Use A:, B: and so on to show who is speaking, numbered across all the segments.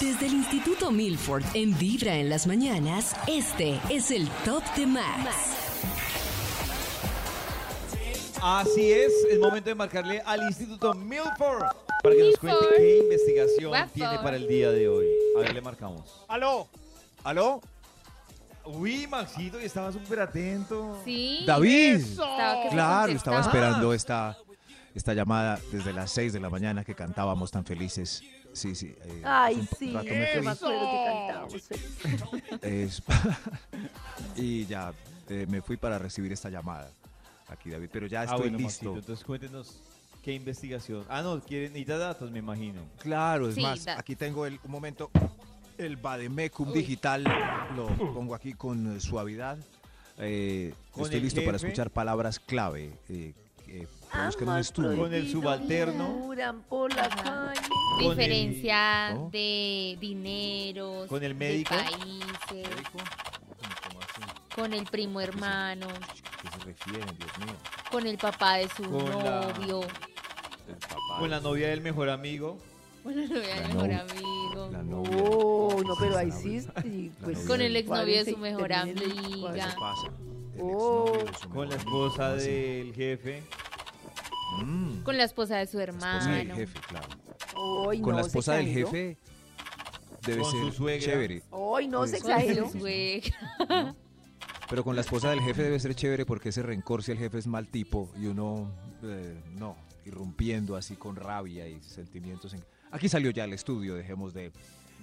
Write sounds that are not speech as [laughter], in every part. A: Desde el Instituto Milford en Vibra en las mañanas, este es el Top de Max.
B: Así es, es momento de marcarle al Instituto Milford para que nos cuente qué investigación
C: Milford.
B: tiene para el día de hoy. A ver, le marcamos.
D: ¡Aló!
B: ¿Aló? Uy, Maxito, y estaba súper atento.
C: Sí.
E: David.
C: Estaba que se
E: Claro, estaba
C: contestaba.
E: esperando esta, esta llamada desde las 6 de la mañana que cantábamos tan felices. Sí, sí. eh, hace
F: Ay,
E: un po-
F: sí, eh,
E: rato me
F: yo me
E: fui.
F: acuerdo que eh. cantábamos.
E: Es- [laughs] y ya eh, me fui para recibir esta llamada. Aquí, David, pero ya estoy
B: ah, bueno,
E: listo.
B: Maxito, entonces cuéntenos qué investigación. Ah, no, quieren necesita datos, me imagino.
E: Claro, es
C: Sí,
E: más,
C: da-
E: aquí tengo el, un momento, el Bademecum
C: Uy.
E: digital, lo pongo aquí con eh, suavidad. Eh,
B: Con
E: estoy
B: el
E: listo para
B: jefe.
E: escuchar palabras clave. Eh, eh, produzcan un
F: Amor
E: estudio.
B: Con el
F: prohibido
B: subalterno.
F: Duran por la
C: Ajá.
F: calle.
B: Con el-
C: Diferencia
E: ¿no?
C: de dineros,
B: Con el médico.
C: de países,
E: ¿Cómo así?
C: con el primo hermano,
E: ¿Qué se refieren, Dios mío?
C: con el papá de su
B: Con la-
C: novio,
E: El papá.
B: Con la novia del mejor amigo.
C: bueno, no era
E: La
C: el mejor
E: novia.
C: amigo,
E: La novia.
F: Oh, no, pero ahí
E: La
F: sí.
E: novia.
F: y, pues,
C: con el
E: novia.
C: exnovio de su
F: cuarenta y
C: mejor
F: termina en
C: amiga,
E: Eso pasa. El
F: Oh.
E: exnovio de su mejor
B: Con la
E: amigo,
B: esposa
E: ¿cómo así?
B: del jefe.
E: Mm,
C: con la esposa de su
E: la esposa del
C: hermano,
E: jefe, claro.
F: Hoy
E: Con
F: no
E: la
F: se
E: esposa del
F: exageró.
E: jefe debe
B: Con su
E: ser
B: suegra.
E: chévere.
F: Hoy no se
E: Con
C: con
F: exageró.
C: su suegra.
E: Pero con la esposa del jefe debe ser chévere porque ese rencor si el jefe es mal tipo y uno, eh, no, irrumpiendo así con rabia y sentimientos. en- Aquí salió ya el estudio, dejemos de...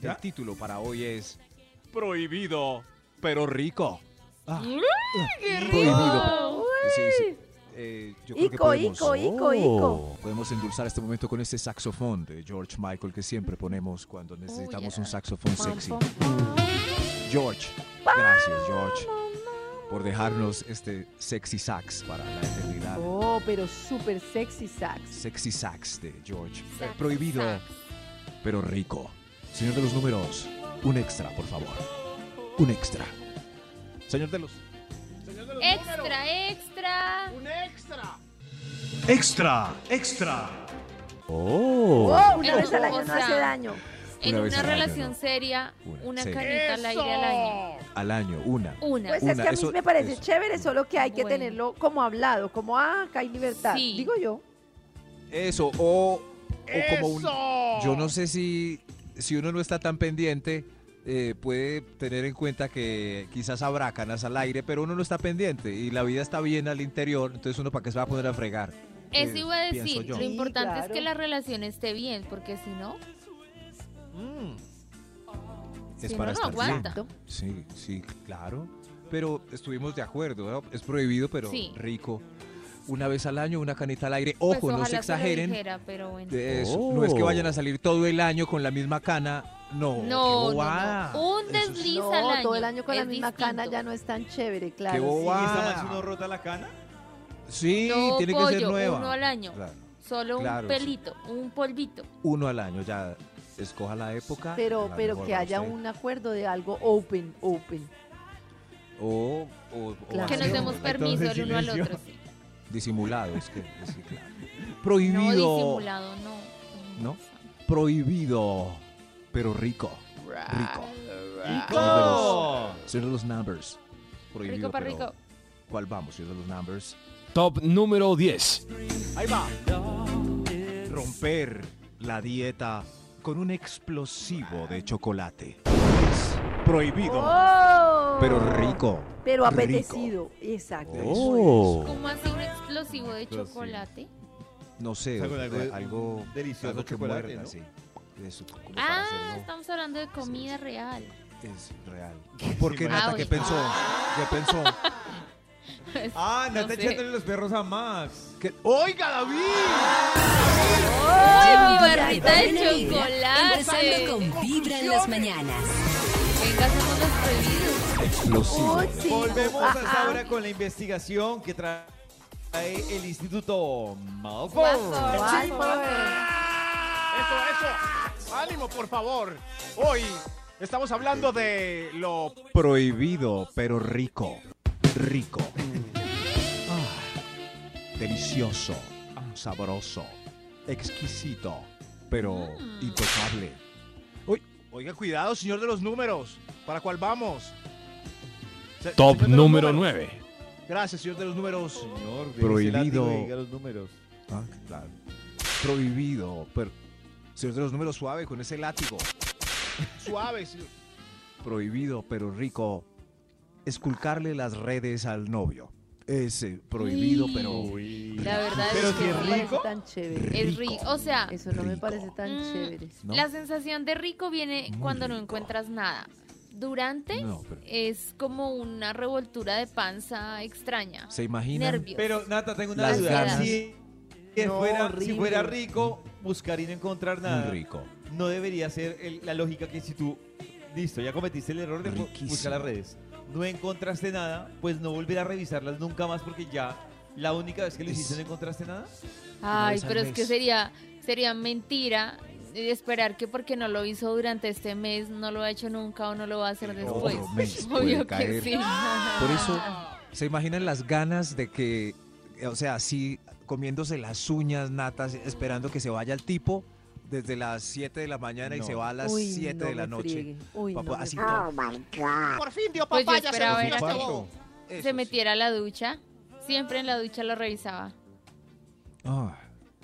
B: ¿Ya?
E: El título para hoy es
B: Prohibido.
E: Pero rico. Ah,
C: ¡Qué
E: Prohibido.
C: rico!
E: sí, sí. Eh, yo creo que
F: Ico,
E: podemos,
F: ico, ico, ico.
E: podemos endulzar este momento con este saxofón de George Michael que siempre ponemos cuando necesitamos
C: yeah.
E: un saxofón
C: Pam,
E: sexy.
C: pam, pam.
E: George, gracias George por dejarnos este sexy sax para la eternidad.
F: Oh, pero súper sexy sax.
E: Sexy sax de George.
C: Sax,
E: Prohibido,
C: sax.
E: pero rico. Señor de los números, un extra, por favor. Un extra. Señor de los...
C: Extra, extra.
D: ¡Un extra!
G: Extra, extra.
F: Oh, una
C: Pero,
F: vez al
C: o
F: año no hace
C: sea,
F: daño.
C: En
E: vez
C: una
E: al año,
C: relación
E: ¿no?
C: seria,
E: Una,
C: una
E: sí.
C: canita al aire al año.
E: Al año, una.
C: Una.
F: Pues es
E: Una,
F: que a mí
E: eso-
F: me parece
E: eso.
F: chévere, solo que hay que
C: Bueno.
F: tenerlo como hablado, como ah, acá hay libertad.
C: Sí.
F: Digo yo.
E: Eso, o, o como un...
D: ¡Eso!
E: Yo no sé si, si uno no está tan pendiente, eh, puede tener en cuenta que quizás habrá canas al aire, pero uno no está pendiente y la vida está bien al interior, entonces uno para qué se va a poner a fregar.
C: Eso
E: Eh,
C: iba a
E: pienso
C: decir,
E: yo.
C: lo importante es que
F: claro.
C: la relación esté bien, porque si no,
E: Es
C: si
E: para
C: no, no
E: estar bien.
C: aguanta.
E: Sí, sí, claro. Pero estuvimos de acuerdo, ¿no? es prohibido, pero
C: Sí.
E: rico. Una vez al año, una canita al aire.
C: Pues
E: Ojo, no
C: ojalá
E: se
C: lo
E: exageren.
C: dijera, pero bueno.
E: De eso. No es que vayan a salir todo el año con la misma cana.
C: No,
E: No, Oh, qué
C: no,
E: bobada.
C: no. Un
E: Eso es-
C: desliz
F: no,
C: al año.
F: todo el año con la
C: es
F: misma
C: distinto.
F: cana ya no es tan chévere, claro. sí.
E: boba-
B: ¿Y esta
E: Ah.
B: más uno rota la cana?
E: Sí,
C: No,
E: tiene que ser
C: pollo,
E: nueva.
C: uno al año.
E: Claro,
C: Solo
E: Claro,
C: un
E: sí.
C: pelito, un polvito.
E: uno al año, ya escoja la época.
F: Pero,
E: la
F: pero
E: mejor
F: que
E: para
F: haya
E: usted.
F: un acuerdo de algo open, open.
E: O, o- o
F: Claro.
C: Que nos
E: hacer
C: demos
E: un-
C: permiso el uno al
B: silencio.
C: otro. sí.
E: Disimulado, es que. sí, claro.
C: No
E: Prohibido.
C: disimulado, no.
E: ¿No? Prohibido, pero rico. Rico. Ah.
B: ¡Rico!
E: Señor de los numbers. Prohibido,
C: Rico para
E: pero
C: rico.
E: ¿Cuál vamos? Señor de los numbers.
G: Top número 10.
B: Ahí va.
E: Romper la dieta con un explosivo de chocolate. Es prohibido,
F: ¡Oh!
E: pero rico.
F: Pero
E: rico.
F: apetecido. Exacto.
E: Oh.
C: ¿Cómo así un explosivo de chocolate?
E: No sé,
B: O sea, con
E: eh,
B: algo-
E: algo,
B: un delicioso
E: algo que
B: chocolate,
E: muerda,
B: ¿no?
E: sí. Eso, como para
C: Ah,
E: hacerlo,
C: estamos hablando de comida
E: sí. Ah,
C: real.
E: es real. ¿Por qué
B: Sí,
E: Nata?
C: ah,
E: ¿Qué
C: bueno.
E: pensó? ¿Qué [laughs] pensó?
B: Ah,
C: Pues, No
B: Nata
C: sé.
B: echándole los perros a Max.
E: ¿Qué- ¡Oiga, David!
C: ¡Ay, mi barrita de
A: Buena vibra, Empezando
C: chocolate!
A: con Vibra en las mañanas.
C: Venga, hacemos los prohibidos.
E: Explosivo.
F: Uy, sí.
B: Volvemos
F: Ajá.
B: hasta ahora con la investigación que trae el Instituto Malfoy.
C: Guapo.
F: Walford.
D: Eso, eso. Ánimo, por favor. Hoy estamos hablando de lo
E: Prohibido, pero rico. Rico. Ah, delicioso. Sabroso. Exquisito. Pero impecable.
D: Uy, oiga, cuidado, señor de los números. ¿Para cuál vamos? Se-
G: Top
D: señor de los
G: número
D: números.
G: 9.
D: Gracias, señor de los números.
B: Señor, déjese
E: Prohibido.
B: látigo y diga los números.
E: Ah, claro. Prohibido, pero. Señor de los números suave con ese látigo.
D: Suave, señor.
E: Prohibido, pero rico. Esculcarle las redes al novio. Es eh, prohibido,
C: Uy.
E: pero.
C: La verdad
B: Pero
C: es
B: si
C: que
B: es
F: No me
C: sí.
F: parece
B: rico.
F: tan chévere.
C: Es rico, o sea,
F: Eso no me
E: rico.
F: parece tan
C: Mm,
F: chévere.
E: ¿no?
C: La sensación de rico viene
E: Muy
C: cuando no
E: rico.
C: encuentras nada. Durante
E: No, pero-
C: es como una revoltura de panza extraña.
E: ¿Se imaginan?
C: Nervios.
B: Pero Nata, tengo una
E: Las
B: duda.
E: ganas.
B: Si, que
F: No,
B: fuera, si
F: horrible.
B: fuera rico, buscar y no encontrar
E: Muy
B: nada.
E: rico.
B: No debería ser el- la lógica que si tú, listo, ya cometiste el error de bu-
E: Riquísimo.
B: buscar las redes, no encontraste nada, pues no volver a revisarlas nunca más porque ya la única vez que lo
E: Es-
B: hiciste no encontraste nada.
C: Ay,
E: esa
C: pero
E: no
C: es que
E: es.
C: sería sería mentira esperar que porque no lo hizo durante este mes, no lo ha hecho nunca o no lo va a hacer
E: El
C: después. [laughs]
E: otro mes puede
C: Obvio que
E: caer.
C: sí.
E: Por eso, ¿se imaginan las ganas de que, eh, o sea, así comiéndose las uñas natas, esperando que se vaya el tipo desde las 7 de la mañana y
B: No.
E: se va a las
F: Uy,
E: 7
F: no
E: de la
F: me
E: noche?
F: friegue. Uy,
E: Papá,
F: no me
E: así
F: friegue.
E: todo.
H: Por fin dio
C: Pues yo
H: papaya, se
C: esperaba
H: lo
C: ver
H: juro
C: a
H: a este
C: que
H: bobo.
C: [laughs]
E: Eso
C: se
E: sí.
C: metiera a la ducha. Siempre en la ducha lo revisaba.
E: Ah,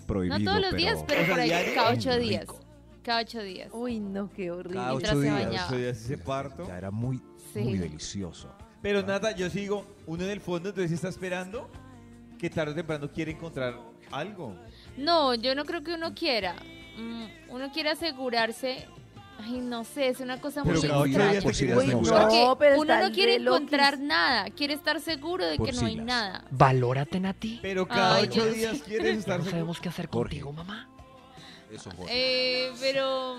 E: prohibido.
C: No todos los
E: pero
C: días, pero por ahí
B: diario.
C: cada ocho
E: Rico.
C: días. Cada ocho días.
F: Uy, no, qué horrible.
E: Cada
C: mientras
E: ocho
C: se
E: días.
C: bañaba.
B: Ocho días ese parto.
E: Ya era muy,
C: Sí.
E: muy delicioso.
B: Pero Nata, yo sigo, uno en el fondo entonces está esperando que tarde o temprano quiere encontrar algo.
C: No, yo no creo que uno quiera. Mm, Uno quiere asegurarse. Ay, no sé, es una cosa
B: Pero
C: muy
B: cada ocho
C: extraña.
B: días te
E: por si
B: quieres
E: las
F: Uy, no,
E: buscas.
C: Porque
F: pero
C: uno no
F: están
C: quiere
F: de loquis.
C: encontrar nada, quiere estar seguro de
E: Por
C: que no hay
E: siglas.
C: nada.
I: Valórate, Nati.
B: Pero cada
C: Ay,
B: ocho
C: yo
B: días
C: [laughs]
B: quieres
I: Ya
B: estar
I: no
B: seguro.
I: sabemos qué hacer
E: Jorge.
I: contigo, mamá.
E: Eso, Jorge.
C: Eh, pero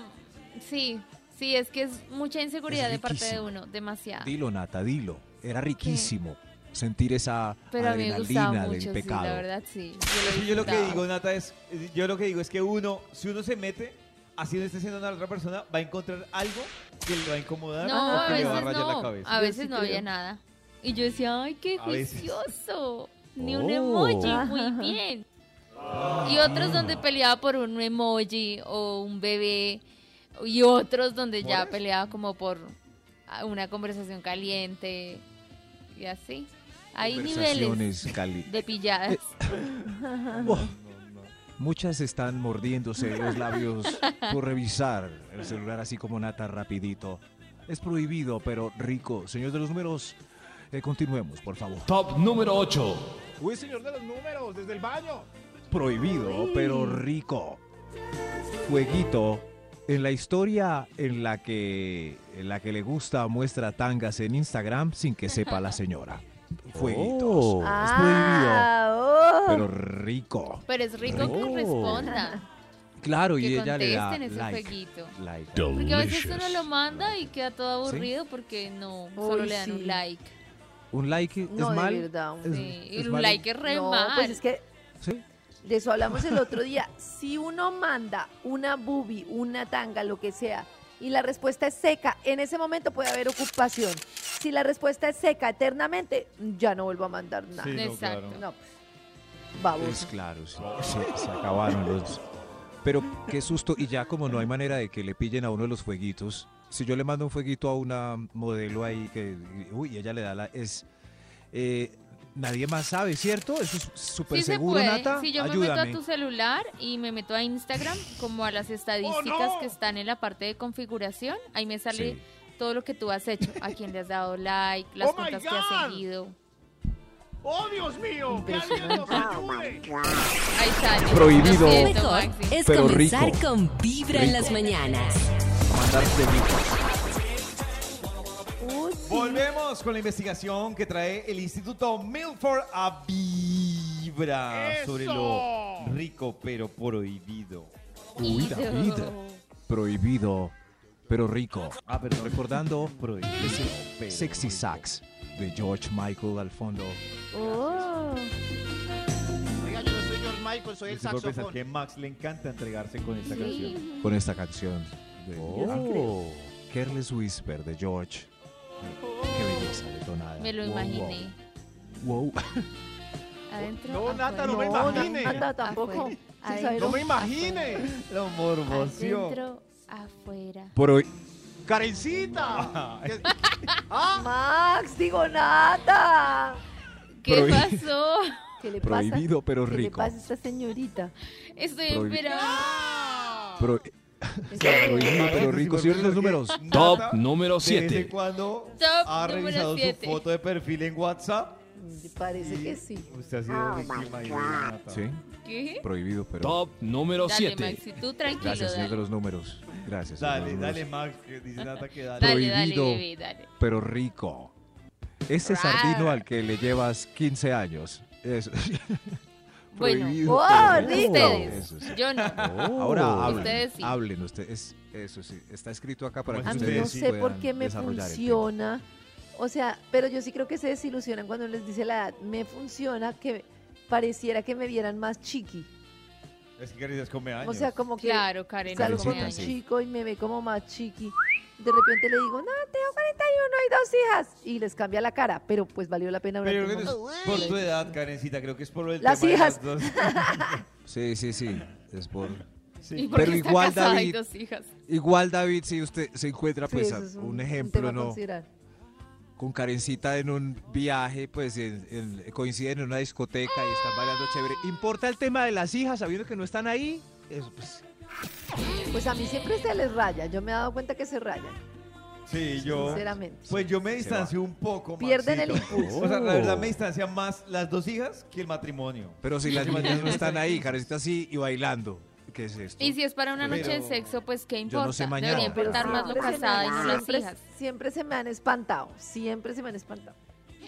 C: sí, sí, es que es mucha inseguridad
E: Es
C: de parte de
E: riquísimo.
C: uno, demasiada.
E: Dilo, Nata, dilo. Era riquísimo sentir esa
C: Pero a mí me gustaba
E: adrenalina
C: mucho,
E: del
C: sí,
E: pecado.
C: la verdad sí.
B: Sí,
C: Yo
B: yo
C: lo,
B: lo que
C: disfrutaba.
B: digo, Nata, es, yo lo que digo es que uno, si uno se mete, así no esté haciendo nada a la otra persona, va a encontrar algo que le va a
E: [laughs]
B: incomodar
C: No,
B: o
C: a
B: que le va a
C: veces
B: rayar la
C: no, Ah.
B: cabeza.
C: a
F: Yo
C: veces
F: sí
C: no había
F: creo.
C: nada. Y yo decía, ay, qué
B: A veces.
C: juicioso. Ni un
E: Oh. Ah.
C: emoji, muy bien. Y otros donde peleaba por un emoji o un bebé. Y otros donde ya peleaba como por ah, una conversación caliente. Y así. Hay niveles
E: Conversaciones cali-
C: de pilladas.
E: Muchas están mordiéndose los labios
C: [laughs]
E: por revisar el celular así como nata rapidito. Es prohibido, pero rico. Señor de los números, eh, continuemos, por favor.
G: Top número 8.
D: Uy, señor de los números, desde el baño.
E: Prohibido, pero rico. Jueguito. En la historia en la que en la que le gusta muestra tangas en Instagram sin que sepa
D: [laughs]
E: la señora. Jueguitos.
D: Oh.
E: Es prohibido,
F: Ah, oh.
E: pero rico.
C: Pero es rico que
E: Oh.
C: responda.
E: Claro, y
C: Que
E: ella le da
C: contesten ese
E: like.
C: jueguito.
E: like.
C: Porque a veces uno lo
G: Delicious.
C: manda y queda todo
E: ¿Sí?
C: aburrido porque no,
F: Uy,
C: solo le dan
F: sí.
C: un like.
E: Un like
F: No,
E: es
F: de
E: mal.
F: verdad,
E: Es-
C: Sí, y
E: es
C: un
E: mal-
C: like es re
F: no,
C: mal.
F: pues es que
E: Sí.
F: de eso hablamos el otro día. Si uno manda una boobie, una tanga, lo que sea, y la respuesta es seca, en ese momento puede haber ocupación. Si la respuesta es seca eternamente, ya no vuelvo a mandar nada.
B: Sí, no,
C: Exacto.
B: claro.
F: No, pues, vamos.
E: Es claro, sí, se, se acabaron los. Pero qué susto, y ya como no hay manera de que le pillen a uno de los fueguitos, si yo le mando un fueguito a una modelo ahí que, uy, y ella le da la. Es. eh, nadie más sabe, ¿cierto? Eso es súper
C: Sí se
E: Pues seguro,
C: puede.
E: Nata.
C: Si yo me
E: Ayúdame.
C: meto a tu celular y me meto a Instagram, como a las estadísticas que están en la parte de configuración, ahí me sale
E: Sí.
C: todo lo que tú has hecho, a quién le has dado like, las
D: Oh my
C: cuentas que has
D: God.
C: seguido.
D: ¡Oh, Dios mío! ¡Que alguien nos ayude!
C: Ahí sale.
E: Prohibido.
C: Lo
A: Lo
C: siento,
A: mejor
C: Maxi.
A: es
E: Pero
A: comenzar
E: rico.
A: con Vibra en las mañanas.
E: Mandarse mi-
F: Uh, sí.
B: Volvemos con la investigación que trae el Instituto Milford a Vibra
D: ¡Eso!
B: sobre lo rico pero prohibido.
E: Uy, David.
C: Ido.
E: Prohibido, pero rico.
B: Ah, perdón.
E: Recordando
B: Prohibido, pero
E: Sexy
B: rico.
E: Sax de George Michael al fondo.
C: Oh.
D: Oiga, yo no soy George Michael, soy el
B: Estoy por pensar
D: saxofón.
B: que a Max le encanta entregarse con esta
C: Sí.
B: canción.
E: Con esta canción de
B: Oh.
E: Careless Whisper de George. Qué belleza detonada.
C: Me lo
E: Wow, wow.
C: imaginé.
E: Wow. [laughs]
C: Adentro.
D: No, Nata, no me
C: afuera.
F: No,
D: imagine.
F: Nata tampoco.
C: Afuera.
F: Ah, Sí, sabe,
D: No me
C: Adentro,
D: imagine.
B: Lo
C: afuera.
B: morboció.
C: Adentro, afuera.
E: Por hoy.
B: [laughs]
D: Karencita.
B: Ay.
D: Ah,
F: Max, digo nada.
C: ¿Qué
E: Prohi-
C: pasó?
E: [laughs]
F: ¿Qué le pasa?
E: Prohibido pero
F: ¿Qué le
E: rico.
F: pasa a esta señorita?
C: Estoy
E: Prohibi-
C: esperando.
E: Pro- Prohibido
B: este
E: pero rico. Señores, los números.
G: Top
B: Nata,
G: número
B: De vez en
G: 7.
B: cuando
C: Top
B: ha
C: número
B: revisado su
C: siete.
B: foto de perfil en WhatsApp.
F: Mm, Parece
B: y
F: que sí. Ah,
B: Usted ha sido víctima ahí de Nata.
E: Sí,
C: ¿Qué?
E: prohibido pero.
G: Top número
C: Dale,
G: 7.
C: Maxi, tú tranquilo.
E: Gracias, señor de
C: dale.
E: los números. Gracias. señor de
B: Dale,
E: los
B: dale,
E: números.
B: Max. Que
F: Ah,
B: dice Nata que dale.
C: Dale, dale,
E: Prohibido.
C: bebé, dale.
E: Pero rico. Ese
C: Rar.
E: sardino al que le llevas 15 años. Eso. [laughs]
C: Bueno.
E: Prohibido,
F: ¡Oh,
E: pero rico.
C: Ustedes.
E: Eso sí. [laughs]
C: Yo no.
E: Ahora hablen,
C: Ustedes sí.
E: hablen ustedes. Eso sí, está escrito acá para que
F: A mí
E: Pues ustedes
F: Ah, no sé por
E: puedan
F: qué me
E: desarrollar el tema.
F: funciona. O sea, pero yo sí creo que se desilusionan cuando les dice la edad. Me funciona que pareciera que me vieran más chiqui.
B: Es que querías comer años.
F: O sea, como que
C: Claro, Karen.
F: salgo
C: no
F: con
E: Karencita,
F: un
C: me
E: sí.
C: dañes.
F: chico y me ve como más chiqui. De repente le digo, no, tengo 41 y dos hijas. Y les cambia la cara, pero pues valió la pena durante
B: Pero
F: un
B: creo que no
F: momento.
B: es por tu edad, Karencita. Creo que es por el
F: Las
B: tema de
F: hijas. [laughs]
B: dos.
E: Sí, sí, sí. Es por-
B: Sí.
C: ¿Y por
E: Pero
C: qué está
E: igual,
C: casada y
E: David,
C: dos hijas?
E: Igual, David, si usted se encuentra
F: Sí,
E: pues,
F: eso
E: a-
F: es
E: un
F: un
E: ejemplo,
F: tema a
E: ¿no?
F: considerar.
E: con Karencita en un viaje, pues en- en- coinciden en una discoteca y están bailando chévere. ¿Importa el tema de las hijas sabiendo que no están ahí? Eso, pues,
F: Pues a mí siempre se les raya. Yo me he dado cuenta que se rayan,
B: Sí, yo.
F: sinceramente.
B: Pues yo me distancio un poco.
F: Pierden el
B: Maxito.
F: impulso.
B: O sea, la
E: Oh.
B: verdad me distancia más las dos hijas que el matrimonio.
E: pero si las
B: Yo me
E: niñas no
B: imagino
E: están
B: estar
E: ahí,
B: aquí.
E: Karencita sí y bailando. ¿Qué es esto?
C: Y si es para una noche de
B: Pero-
C: sexo, pues qué
E: Yo
C: importa.
E: no sé mañana.
C: Debería
E: Pero
C: importar más lo
F: siempre se me
C: casada y
F: han-
C: no las
F: siempre-
C: hijas.
F: Siempre se me han espantado. Siempre se me han espantado.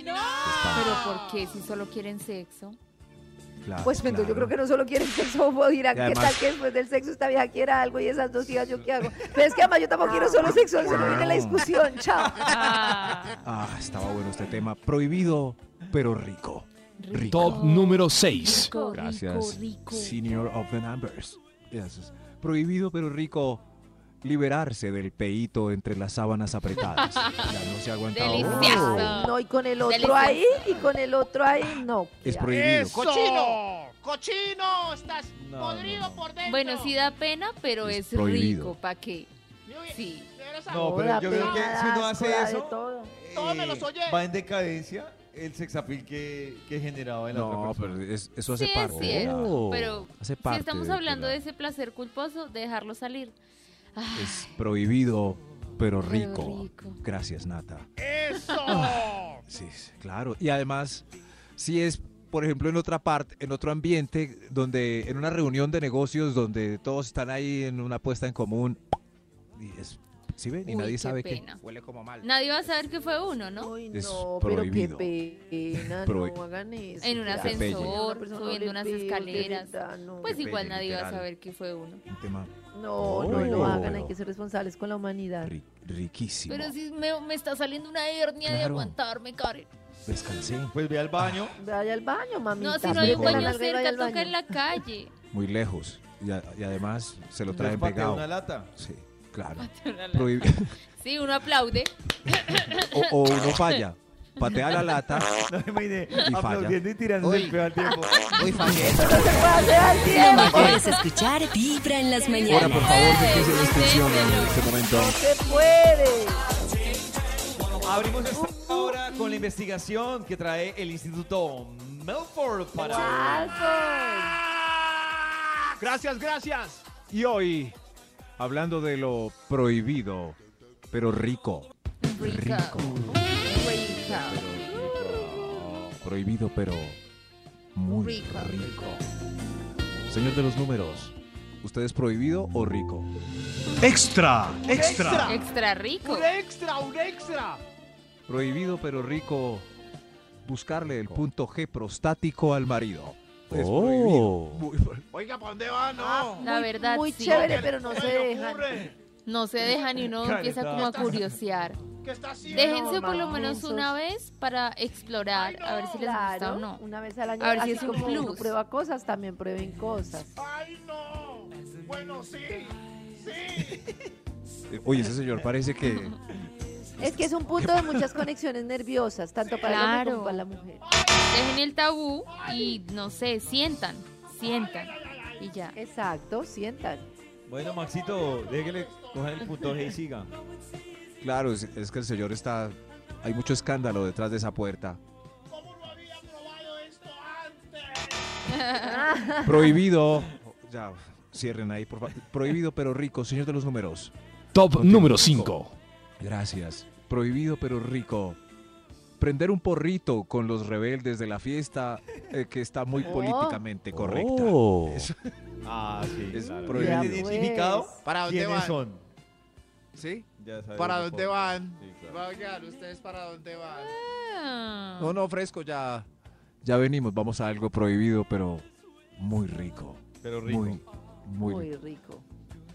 C: Pero ¿por qué si solo quieren sexo?
E: Claro,
F: Pues entonces yo
E: Ah, claro.
F: creo que no solo quieren sexo, o
E: [laughs]
F: dirán,
E: Y
F: ¿qué
E: además-
F: tal que después del sexo esta vieja quiera algo y esas dos hijas yo qué
E: [laughs]
F: hago? Pero es que además yo tampoco quiero solo sexo, eso no viene en la discusión, chao.
C: Ah,
E: Ah, estaba bueno este tema. Prohibido, pero rico. Rico.
G: Top número 6.
C: rico,
E: Gracias,
C: rico, rico.
E: Senior of the Numbers. Eso es. Prohibido, pero rico. Liberarse del peito entre las sábanas apretadas. Ya no se aguantaba. uno.
C: Delicioso.
F: Ay, no, y con el otro
C: Delicioso.
F: ahí y con el otro ahí, no.
E: Es
F: ya.
E: prohibido.
D: ¡Eso! ¡Cochino! ¡Cochino! ¡Estás
B: No,
D: podrido
B: no, no.
D: por dentro!
C: Bueno, sí da pena, pero
E: Es
C: es,
E: prohibido.
C: rico. ¿Para qué? Sí.
B: No, pero
F: Joda,
B: yo creo que
F: pena,
B: si uno
F: asco,
B: hace
F: da de
B: eso, eh,
F: todo.
D: Todo me los oye.
B: va en decadencia el sexapil que, que generaba en la
E: No,
B: otra persona.
E: pero es- eso hace
C: sí,
E: parte.
C: es
E: de la-
C: cierto. pero
E: Oh, hace
C: si
E: parte
C: estamos
E: de-
C: hablando
E: de
C: de
E: la-
C: ese placer culposo, de dejarlo salir. Ah,
E: Es prohibido, pero
C: Pero
E: rico.
C: rico.
E: Gracias, Nata. Ah,
D: ¡Eso!
E: Sí, sí, claro. Y además, si es, por ejemplo, en otra parte, en otro ambiente, donde en una reunión de negocios donde todos están ahí en una apuesta en común, y es, ¿sí ven? Y
C: Uy,
E: nadie
C: qué
E: sabe que
C: pena.
E: huele como mal.
C: nadie va a saber que fue uno, ¿no?
F: Ay,
E: Es
F: no, pero qué
E: prohibido.
F: pena,
E: Prohi-
F: no hagan eso.
C: En un
F: qué asco,
E: pelle.
C: ascensor,
F: una persona
C: subiendo
F: le
C: unas
F: pego, de
C: escaleras.
F: verdad, no.
C: Pues
E: Qué
C: igual
E: pena,
C: nadie va a
E: literal.
C: saber que fue uno.
E: Un tema
F: No, no
E: Prohibido.
F: lo hagan, hay que ser responsables con la humanidad.
E: ri- riquísimo.
C: Pero si me, me está saliendo una hernia de
E: Claro.
C: aguantarme, Karen.
E: Descansé.
B: Pues ve al baño.
E: Ah,
F: Vaya al baño, mamita.
C: No, si no
E: Tampoco.
C: hay un
F: Apriete
C: baño
F: la nalga y vaya
C: cerca,
F: al baño.
C: toca en la calle.
E: Muy lejos. Y, a- y además se lo
B: les
E: traen
B: patea
E: pegado.
B: una lata.
E: Sí, claro.
C: Una lata.
E: Prohibido.
C: Sí, uno aplaude.
E: [laughs] o, o uno falla, patea la
C: [laughs]
E: lata.
B: No me imaginé
E: Y falla.
B: aplaudiendo y tirándose el peor al tiempo.
E: Uy, fallé.
A: Lo mejor es escuchar Vibra en las
E: Ahora,
A: mañanas.
E: por favor, déjese la extensión en este momento.
F: ¡Se puede!
B: Abrimos esta hora con la investigación que trae el Instituto Melford para.
F: ¡Alfo!
D: Gracias, gracias.
E: Y hoy, hablando de lo prohibido, pero rico.
C: Rico. Rico.
E: Prohibido, pero muy rico.
C: Rico.
E: Señor de los números, ¿usted es prohibido o rico?
G: Extra,
D: Extra.
G: extra.
C: Extra rico.
D: ¡Un extra, un extra!
E: Prohibido, pero rico. Buscarle el punto G prostático al marido. Es
B: Oh.
E: prohibido. Muy-
D: Oiga, ¿para dónde va? No.
F: Ah,
C: La
F: muy-
C: verdad,
F: Muy
C: sí.
F: chévere, pero no se
D: le
F: dejan.
D: ocurre?
C: No se dejan y uno empieza como a curiosear.
D: ¿Qué está haciendo?
C: Déjense por lo
F: no,
C: menos
F: mensos.
C: una vez para explorar, a ver si les gusta
F: Claro,
C: o no.
F: una vez al año.
C: A ver si
F: así
C: es un
F: como uno
C: plus.
F: prueba cosas, también prueben cosas.
D: ¡Ay, no! Bueno, sí. Sí.
E: Eh, Oye, ese señor parece que...
F: Es que es un punto de muchas conexiones nerviosas, tanto para el hombre
C: Claro.
F: como para la mujer.
C: Dejen el tabú y no sé, sientan, sientan. Y ya.
F: Exacto, sientan.
B: Bueno, Maxito, déjele coger el puntaje y siga.
E: Claro, es, es que el señor está... Hay mucho escándalo detrás de esa puerta.
D: ¿Cómo no había probado esto antes?
E: Prohibido. Ya, cierren ahí, por favor. Prohibido pero rico, señor de los números.
G: Top número 5.
E: Gracias. Prohibido pero rico. Prender un porrito con los rebeldes de la fiesta eh, que está muy
F: Oh.
E: políticamente correcta. Es-
B: Ah, sí.
E: Es
B: claro.
E: prohibido.
B: ¿Ya identificado
F: pues.
D: ¿Para dónde
B: quiénes
D: van?
B: son?
D: ¿Sí?
B: Ya sabemos
D: ¿Para
B: un
D: dónde
B: poco.
D: van?
B: Sí, claro.
D: Vayan, ustedes para dónde van.
C: Ah.
E: No, no, fresco, ya. Ya venimos, vamos a algo prohibido, pero muy rico.
B: Pero rico.
E: Muy, muy
F: Muy
E: rico.
F: rico.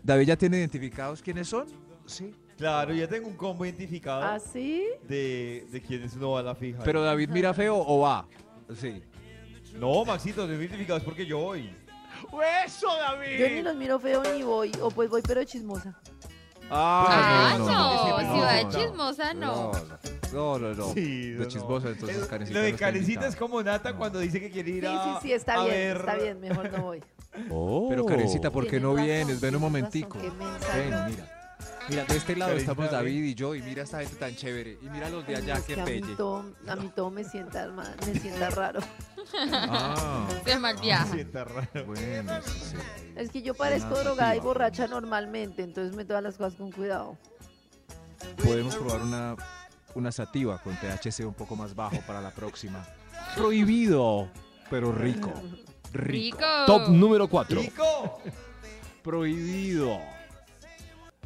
E: David ya tiene identificados quiénes son. Sí.
B: Claro, ya tengo un combo identificado
F: Ah, ¿Así?
B: de, de quiénes uno va a la fija.
E: Pero David mira feo o va. Sí.
B: No, Maxito, los identificados porque yo voy.
D: ¡Eso, David!
F: Yo ni los miro feo ni voy, o pues voy pero chismosa.
C: Ah, no,
E: no, no,
C: si va de
E: no,
C: chismosa, no.
E: No, no, no.
B: Sí, no, no.
E: de chismosa, entonces
B: Es-
E: Karencita
B: Lo de
E: no está
B: Karencita
E: invitada.
B: es como Nata
E: No.
B: cuando dice que quiere ir
F: Sí,
B: a.
F: sí, sí, está
B: a
F: bien,
B: ver-
F: está bien, mejor
E: [laughs]
F: no voy.
E: Pero Karencita, ¿por qué
F: Tienes
E: no
F: razón,
E: vienes? Ven
F: tienes
E: un momentico.
F: razón, qué mensaje.
E: Ven, mira. Mira, de este lado
B: Karencita,
E: estamos David
B: ven.
E: y yo, y mira esta gente tan chévere. Y mira los de
F: Ay,
E: allá,
F: es
E: qué
F: que a mí
E: pelle.
F: todo- a mí todo me sienta, mal, me sienta raro.
E: Ah,
C: Se mal viaja.
B: Sí, está raro.
E: bueno, sí, sí.
F: Es que yo parezco
E: Una
F: drogada y
E: sativa.
F: borracha normalmente, entonces me todas las cosas con cuidado.
E: Podemos probar una, una sativa con THC un poco más bajo para la próxima. Prohibido, pero rico. Rico.
C: Rico.
G: Top número 4.
B: ¡Rico!
E: Prohibido.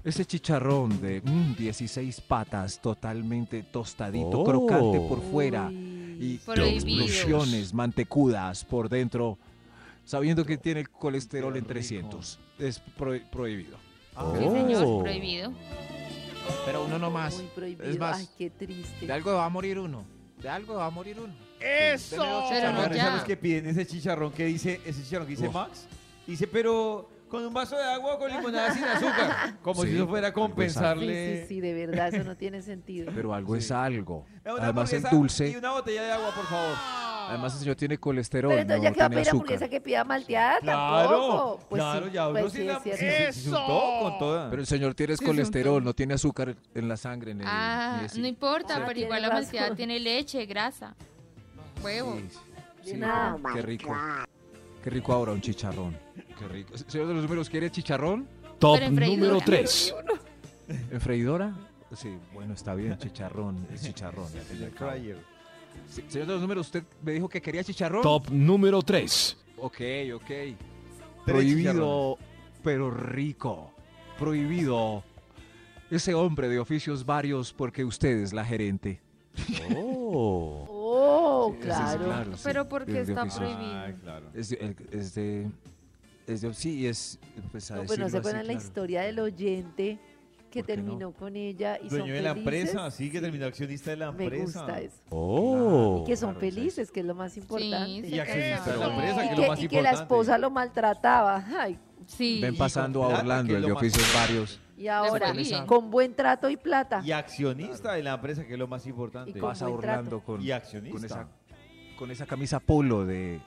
E: Ese chicharrón de mm, 16 patas, totalmente tostadito,
H: Oh.
E: crocante por fuera
F: Uy.
E: y
C: Prohibido.
E: explosiones mantecudas por dentro, sabiendo que tiene el colesterol en 300. Es pro- prohibido.
C: Sí,
E: Oh.
C: señor, prohibido.
E: Pero uno no
F: Muy prohibido.
E: más,
F: Ay, qué triste.
E: algo va a morir uno. De algo va a morir uno.
D: ¡Eso!
C: Pero no
B: Ahora
C: ya.
B: son los que piden ese chicharrón que dice, ese chicharrón que dice
E: Uf.
B: Max, dice, pero con un vaso de agua o con limonada sin azúcar. Como
E: Sí,
B: si eso fuera a
E: algo es
F: Sí,
B: compensarle.
F: sí, sí, de verdad, eso no
B: [laughs]
F: tiene sentido.
E: Pero algo es
B: Sí.
E: algo.
B: Una
E: Además en
B: hamburguesa Y
E: dulce.
B: una botella de agua, por favor.
E: Además el señor tiene colesterol.
F: Pero
E: no
F: entonces ya que va a
E: tiene
F: pedir hamburguesa
E: azúcar.
F: que pida malteada,
B: Claro,
F: tampoco. Pues
B: claro,
F: sí,
B: ya uno
F: pues
B: sin
F: sí,
B: la-
F: es cierto.
B: sí, sí, sí,
D: ¡Eso!
B: soltó con toda.
E: Pero el señor tiene
B: Sí, es un
E: colesterol,
B: tema.
E: no tiene azúcar en la sangre. En el,
C: Ah,
E: ni es-
C: no importa,
F: Ah,
C: pero
F: tiene
C: igual la
F: razón.
C: manzana tiene leche, grasa, huevo.
E: Sí, sí,
F: De
E: sí,
F: nada. Oh
E: qué rico. Qué rico ahora un chicharrón. Qué rico. Señor de los números, ¿quiere chicharrón?
G: Top
C: Pero en freidora.
G: número 3.
E: ¿En freidora? Sí, bueno, está bien, chicharrón, es chicharrón. al
B: [laughs]
E: fin y al cabo.
B: Cryer.
E: Sí, Señor de los números, usted me dijo que quería chicharrón.
G: Top número 3.
E: Ok, ok.
B: Tres
E: Prohibido, pero rico. Prohibido. Ese hombre de oficios varios porque usted es la gerente.
F: Oh,
E: Ese sí,
F: claro.
E: sí,
C: Pero ¿por qué
E: es de
C: está
E: oficios.
C: prohibido?
B: Ah, claro.
E: Es de, el- es de, es de- sí, es, pues a
F: No, pues no se
E: decirlo
F: acuerdan
E: así,
F: la
E: claro.
F: historia del oyente que
E: ¿Por qué no?
F: terminó con ella y son
B: Dueño de la
F: felices?
B: empresa, sí, que terminó accionista de la
F: Me
B: empresa.
F: gusta eso.
H: Oh.
F: que son
E: claro, es
F: felices, que es lo más importante.
C: Sí,
B: Y
C: se
B: accionista de
C: casaron.
B: la
D: Pero-
B: empresa,
F: Y
B: que es
F: que,
B: lo más
F: y que la
B: importante.
F: esposa lo maltrataba. Ay,
C: Sí.
E: Ven pasando a
B: plata,
E: Orlando,
B: que
E: el
B: lo
E: de
B: más
E: oficios
B: importante.
E: varios.
F: y ahora,
C: fue bien.
F: con buen trato y plata.
B: Y accionista de la empresa, que es lo más importante.
F: Y con-
E: Pasa a
F: buen
E: Orlando con,
B: Y
E: con, esa,
B: accionista.
E: con esa camisa polo de,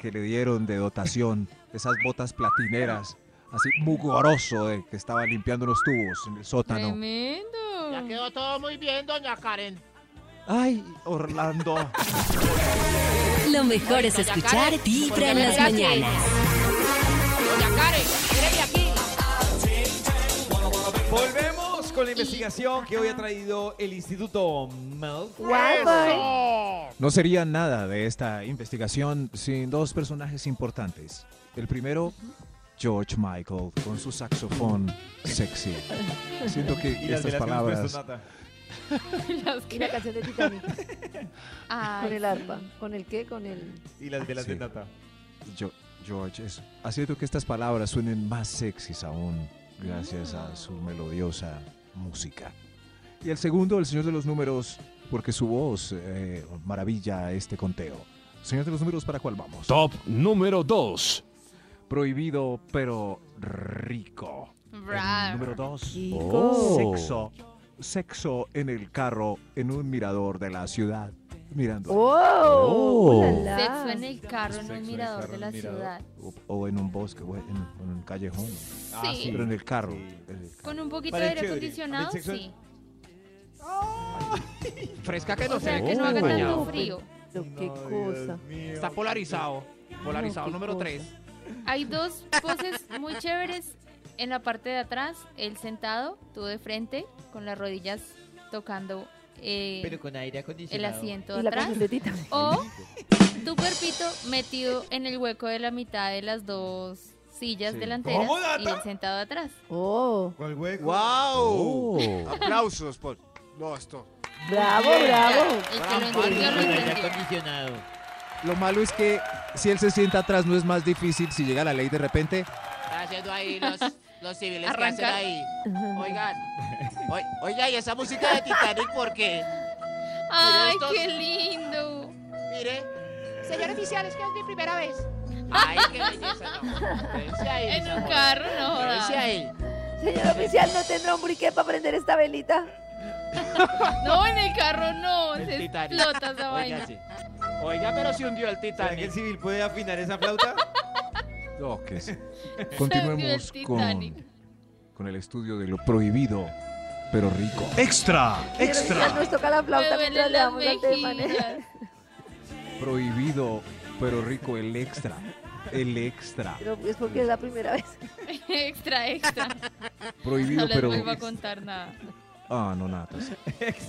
E: que le dieron de dotación, esas botas platineras, así mugoroso de que estaba limpiando los tubos en el sótano.
D: Ya
C: [laughs] Tremendo.
D: quedó todo muy bien, doña Karen.
E: ¡Ay, Orlando!
A: Lo mejor es escuchar Vibra en las mañanas.
D: Doña Karen, míreme aquí.
B: Volvemos con la investigación que hoy ha traído el Instituto Melf.
F: Guau,
E: No sería nada de esta investigación sin dos personajes importantes. El primero, George Michael, con su saxofón sexy. Siento que
B: Y las
E: estas
B: velas que nos prestó
E: palabras...
B: Nata.
C: Las
F: Y la
C: que-
F: canción de Titanic
C: Ay,
F: con el arpa. ¿Con el qué? Con el.
B: Y las velas
E: Sí.
B: de Nata.
E: Yo- George, es haciendo que estas palabras suenen más sexys aún. gracias a su melodiosa música. Y el segundo, el Señor de los Números, porque su voz eh, maravilla este conteo. Señor de los Números, ¿para cuál vamos?
G: Top número 2.
E: Prohibido, pero rico.
C: Bra-
E: El número dos. Oh.
F: Rico.
E: Sexo. Sexo en el carro, en un mirador de la ciudad, mirando.
F: ¡Oh!
G: Oh.
F: ulala.
C: Sexo en el carro, en
E: Sexo en
C: un
E: el
C: mirador
E: carro,
C: de
E: en
C: la
E: un mirador.
C: ciudad.
E: O, o en un bosque, o en, en un callejón.
B: Ah,
C: Sí.
E: Pero en el carro.
B: Sí.
E: en el carro.
C: Con un poquito de
B: Parece
C: aire
B: chévere.
C: acondicionado,
B: ¿Del sexo?
C: sí.
D: Fresca que
C: O
D: no
C: sea,
D: se
C: que no haga tanto
F: bañado.
C: frío.
F: Pero qué cosa.
D: Está polarizado. Polarizado
F: qué
D: número
F: cosa.
D: 3.
C: Hay dos poses muy chéveres en la parte de atrás. El sentado, tú de frente, con las rodillas tocando eh,
H: Pero con aire
C: el
H: acondicionado.
C: asiento
F: Y la
C: atrás.
F: canción de Tita.
C: O tu cuerpito metido en el hueco de la mitad de las dos sillas
E: Sí.
C: delanteras
B: ¿Cómo, Nata?
C: y el sentado atrás.
F: ¡Oh!
B: ¿Cuál hueco?
D: ¡Wow!
E: Oh.
D: Aplausos por. No, esto.
F: ¡Bravo, bravo!
C: Ya, El que
I: ah,
D: Bravo.
C: lo entendió, lo
H: Con aire
C: entendió.
H: acondicionado.
E: Lo malo es que si él se sienta atrás no es más difícil si llega la ley de repente.
I: Está haciendo ahí los, los civiles que hacen
C: Arrancar.
I: ahí. Oigan. Oi- Oiga, y esa música de Titanic, ¿por qué?
C: ¡Ay,
I: estos-
C: qué
F: [laughs]
C: lindo!
I: Mire. Señor oficial, es que es mi primera vez. Ay, qué belleza, no. Quédense ahí.
C: En
I: mis
C: un
I: amores.
C: carro, no
I: Quédense
C: jodas.
I: ahí.
F: Señor oficial, ¿no tendrá un briquet para prender esta velita?
C: No, en el carro no,
I: El
C: se
I: Titanic.
C: explota esa
I: Oiga,
C: vaina.
I: sí. Oiga, pero se hundió el
B: ¿Será que el
I: Titanic.
B: civil puede afinar esa flauta?
E: No, que [laughs] sí.
C: hundió el
E: Continuemos
C: Titanic.
E: con, con el estudio de lo prohibido, pero rico.
F: Señor oficial, nos toca la
C: Me
F: flauta mientras
C: duelen
F: le
C: las
F: damos al tema, ¿no?
C: mejillas. [laughs]
E: Prohibido, pero rico, el extra. El extra.
F: Pero es porque es la primera vez.
C: Extra, extra.
E: Prohibido,
C: No les
E: pero.
C: vuelvo a contar nada.
E: Ah, no,
C: [laughs]
E: nada.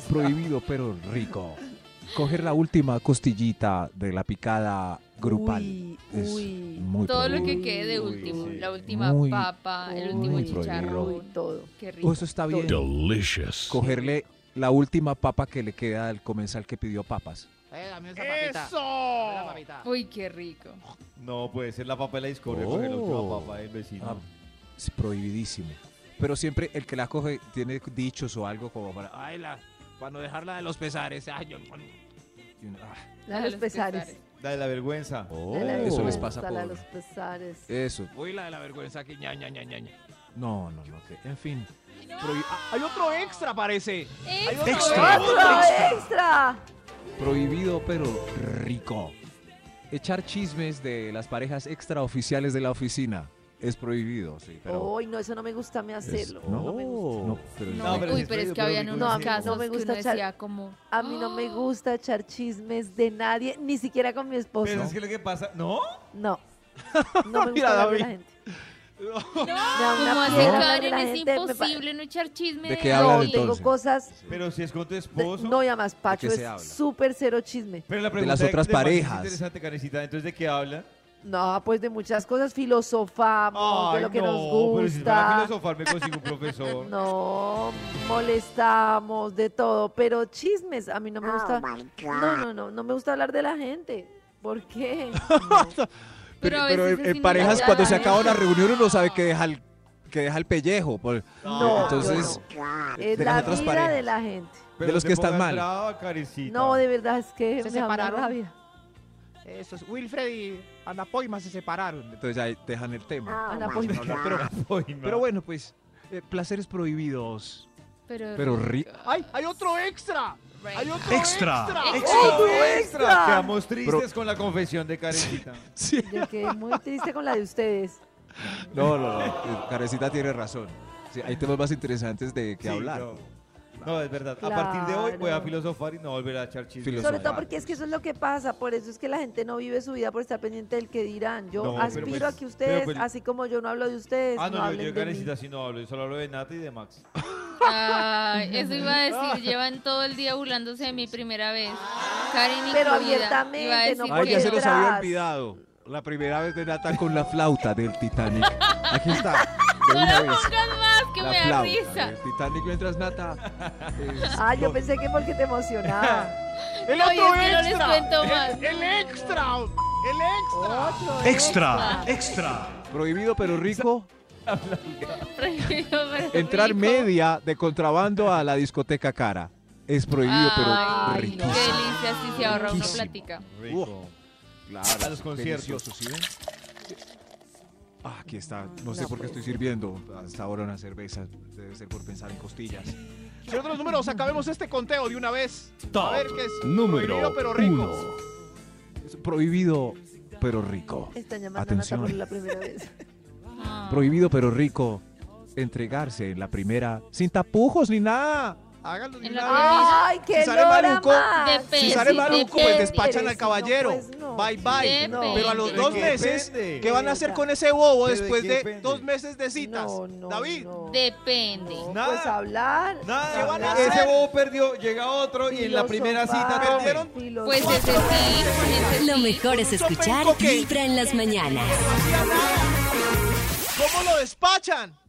E: Prohibido, pero rico. Coger la última costillita de la picada grupal.
F: Uy,
E: Es
F: uy.
E: muy
C: Todo lo que
E: prohibido.
C: quede de
B: Uy,
C: último.
B: sí.
C: La última
E: Muy,
C: papa, el último
E: muy
C: chicharro.
E: prohibido.
F: Uy, todo.
C: Qué
E: Oh,
C: rico.
E: eso está bien.
G: Delicious.
E: Cogerle la última papa que le queda al comensal que pidió papas.
I: Eh, dame esa papita. Dame la
D: ¡Eso!
I: papita.
C: Uy, qué rico.
B: No, puede ser la papa de la discordia con la última papa del
E: Ah,
B: vecino.
E: es prohibidísimo. Pero siempre el que la coge tiene dichos o algo como para, ay, la, para no dejarla de los pesares. Ay, yo- y uno, ah,
F: La de los pesares.
B: La de la vergüenza.
F: La de la
E: Oh. eso les
F: vergüenza,
E: pasa
F: La de
E: por
F: los pesares.
E: eso.
D: Uy, la de la vergüenza que ña, ña, ña, ña, ña.
E: No, no, no. que- en fin.
D: Prohi- ah, hay otro extra, parece. Hay otro
C: Extra.
F: ¡Otro extra!
E: Prohibido pero rico. Echar chismes de las parejas extraoficiales de la oficina es prohibido, sí, pero
F: Uy, no, eso no me gusta a mí
E: es-
F: Oh, hacerlo.
E: no,
F: no me gusta.
E: no, pero es-
C: No,
B: No, pero
C: uy,
B: sí
C: pero es
B: estoy
C: que
B: de
C: habían
B: acuerdo
C: unos
B: con
F: usted.
C: casos
F: No me
C: que
F: gusta
C: uno
F: echar-
C: decía como...
F: A mí no me
C: "Ah".
F: gusta echar chismes de nadie, ni siquiera con mi esposo.
B: Pero es que lo que pasa... ¿No?
F: No. No me
D: Mira,
F: gusta hablar de
D: David.
F: la gente.
C: Como
F: No,
C: hace Karen, es imposible no echar chisme
E: ¿De
C: de
E: qué
C: nadie.
E: hablan
F: No, tengo
E: entonces?
F: cosas.
B: Pero si es con tu
F: de-
B: esposo...
F: no, y además, Pacho
E: qué se habla?
F: es súper cero chisme.
B: Pero la
E: De
B: pregunta
E: las
B: de-
E: otras
B: de Max es
E: parejas.
B: interesante, Karencita. Entonces, ¿de qué habla?
F: No, pues de muchas cosas filosofamos, de lo que nos
B: pero si es para
F: gusta.
B: filosofar, me consigo un profesor.
F: No, molestamos, de todo. Pero chismes, a mí no me gusta. No, no, no, no me gusta hablar de la gente. ¿Por qué?
C: Pero
E: Pero,
C: a
E: pero
C: veces
E: en,
C: es
E: en parejas
F: inevitable.
E: cuando se acaba una reunión uno sabe que deja el, que deja el pellejo. por-
F: No,
E: eh,
F: yo
E: entonces,
F: no. es
E: de
F: la
E: las otras
F: vida
E: parejas.
F: de la gente.
B: Pero
E: de los
B: no
E: que
B: te
E: están
B: pongas
E: mal.
B: brava, Karencita.
F: No, de verdad es que
D: ¿Se
F: me da una
D: separaron?
F: rabia.
D: Eso es. Wilfred y Ana Poima se separaron.
E: entonces ya dejan el tema.
F: Ana
E: Pues,
F: Paula.
E: no hablar,
B: [laughs]
E: pero,
B: Oima.
E: pero bueno, pues eh, placeres prohibidos.
C: Pero,
E: Pero ri-
D: ¡Ay, hay otro extra! ¡Hay otro
G: Extra.
F: ¡Oh,
B: ¡Otro extra!
F: extra!
B: Quedamos tristes con la confesión de Karencita.
E: Sí.
F: Yo quedé muy triste con la de ustedes.
E: No, no, no. eh, Carecita tiene razón. Sí, hay temas más interesantes de
B: Sí,
E: que hablar.
B: No. No, es verdad. A partir de hoy voy a
F: Claro.
B: filosofar y no volver a echar chismes.
E: Los
F: Sobre todo
E: zapatos.
F: porque es que eso es lo que pasa, por eso es que la gente no vive su vida por estar pendiente del que dirán. Yo
B: No, pero
F: aspiro
B: pues-
F: a que
B: pero
F: ustedes,
B: pues-
F: así como yo no hablo de ustedes,
B: Ah, no, no,
F: no,
B: yo
F: hablen
B: de
F: de mí.
B: Karencita sí no hablo. Yo solo hablo de Nata y de Max.
C: Ay, eso iba
E: [laughs]
C: a decir, llevan todo el día burlándose de mi primera vez. Karen incluida.
F: Pero abiertamente,
C: Iba a decir
F: no
C: que
E: Ay, ya se
F: detrás.
E: nos había olvidado. La primera vez de Nata con la flauta del Titanic.
C: [laughs]
E: Aquí está. De
C: No
E: una
C: lo
E: vez.
C: pongan más, que
E: La
C: me da
E: flauta
C: risa.
E: del Titanic mientras Nata. eh,
F: Ah, yo
E: no-
F: pensé que porque
E: [laughs]
F: te emocionaba.
D: ¡El
C: No, y
D: otro
C: es que no les
D: extra!
C: cuento
D: El-
C: más. [laughs]
D: El, extra! ¡El extra!
F: Otro
G: Extra. Extra.
E: Prohibido pero rico.
C: Prohibido, pero
E: Entrar
C: rico.
E: media de contrabando a la discoteca cara. Es prohibido, pero
C: Ay, Qué
E: riquísimo.
C: delicia, sí se ahorra una
E: Riquísimo.
C: platica.
B: Rico.
E: Claro,
B: A los conciertos.
E: delicioso, ¿sí ven? Ah, aquí está. No sé por qué estoy sirviendo hasta ahora una cerveza. Debe ser por pensar en costillas.
D: Señor de los números, acabemos este conteo de una vez.
G: Top
D: a ver qué es.
G: número
D: prohibido, pero rico.
G: uno.
E: Es prohibido, pero rico.
F: Están llamando
E: Atención.
F: a Nata por la
E: [laughs]
F: primera vez.
C: Ah.
E: Prohibido, pero rico. Entregarse en la primera sin tapujos ni nada.
D: Hágalo de
C: En
D: una
C: la
D: vez.
C: comida.
F: ¡Ay, qué
E: Si sale
F: lora
E: maluco,
F: más!
C: Depende.
E: Si
C: Pues
E: sale
C: sí,
E: maluco, pues
C: depende.
E: despachan
F: Pero
E: al
F: si no,
E: caballero.
F: pues no.
E: Bye, bye.
C: Depende.
E: Pero a los
C: Pero
E: dos
B: que
E: meses,
B: depende.
E: ¿qué van a hacer con ese
B: Pero
E: bobo
B: de
E: después
B: qué
E: de
B: depende.
E: dos meses de citas?
F: No, no,
E: David,
F: no.
C: Depende.
F: No,
B: Nada.
F: Pues hablar.
B: Nada,
E: van a
B: ese
E: hacer?
B: bobo perdió, llega otro y en la primera cita
F: filosofar,
B: perdieron.
C: Pues
F: filosofar.
C: ese sí, ese
A: Lo
C: sí.
A: mejor es escuchar Vibra en las mañanas.
D: ¿Cómo lo despachan?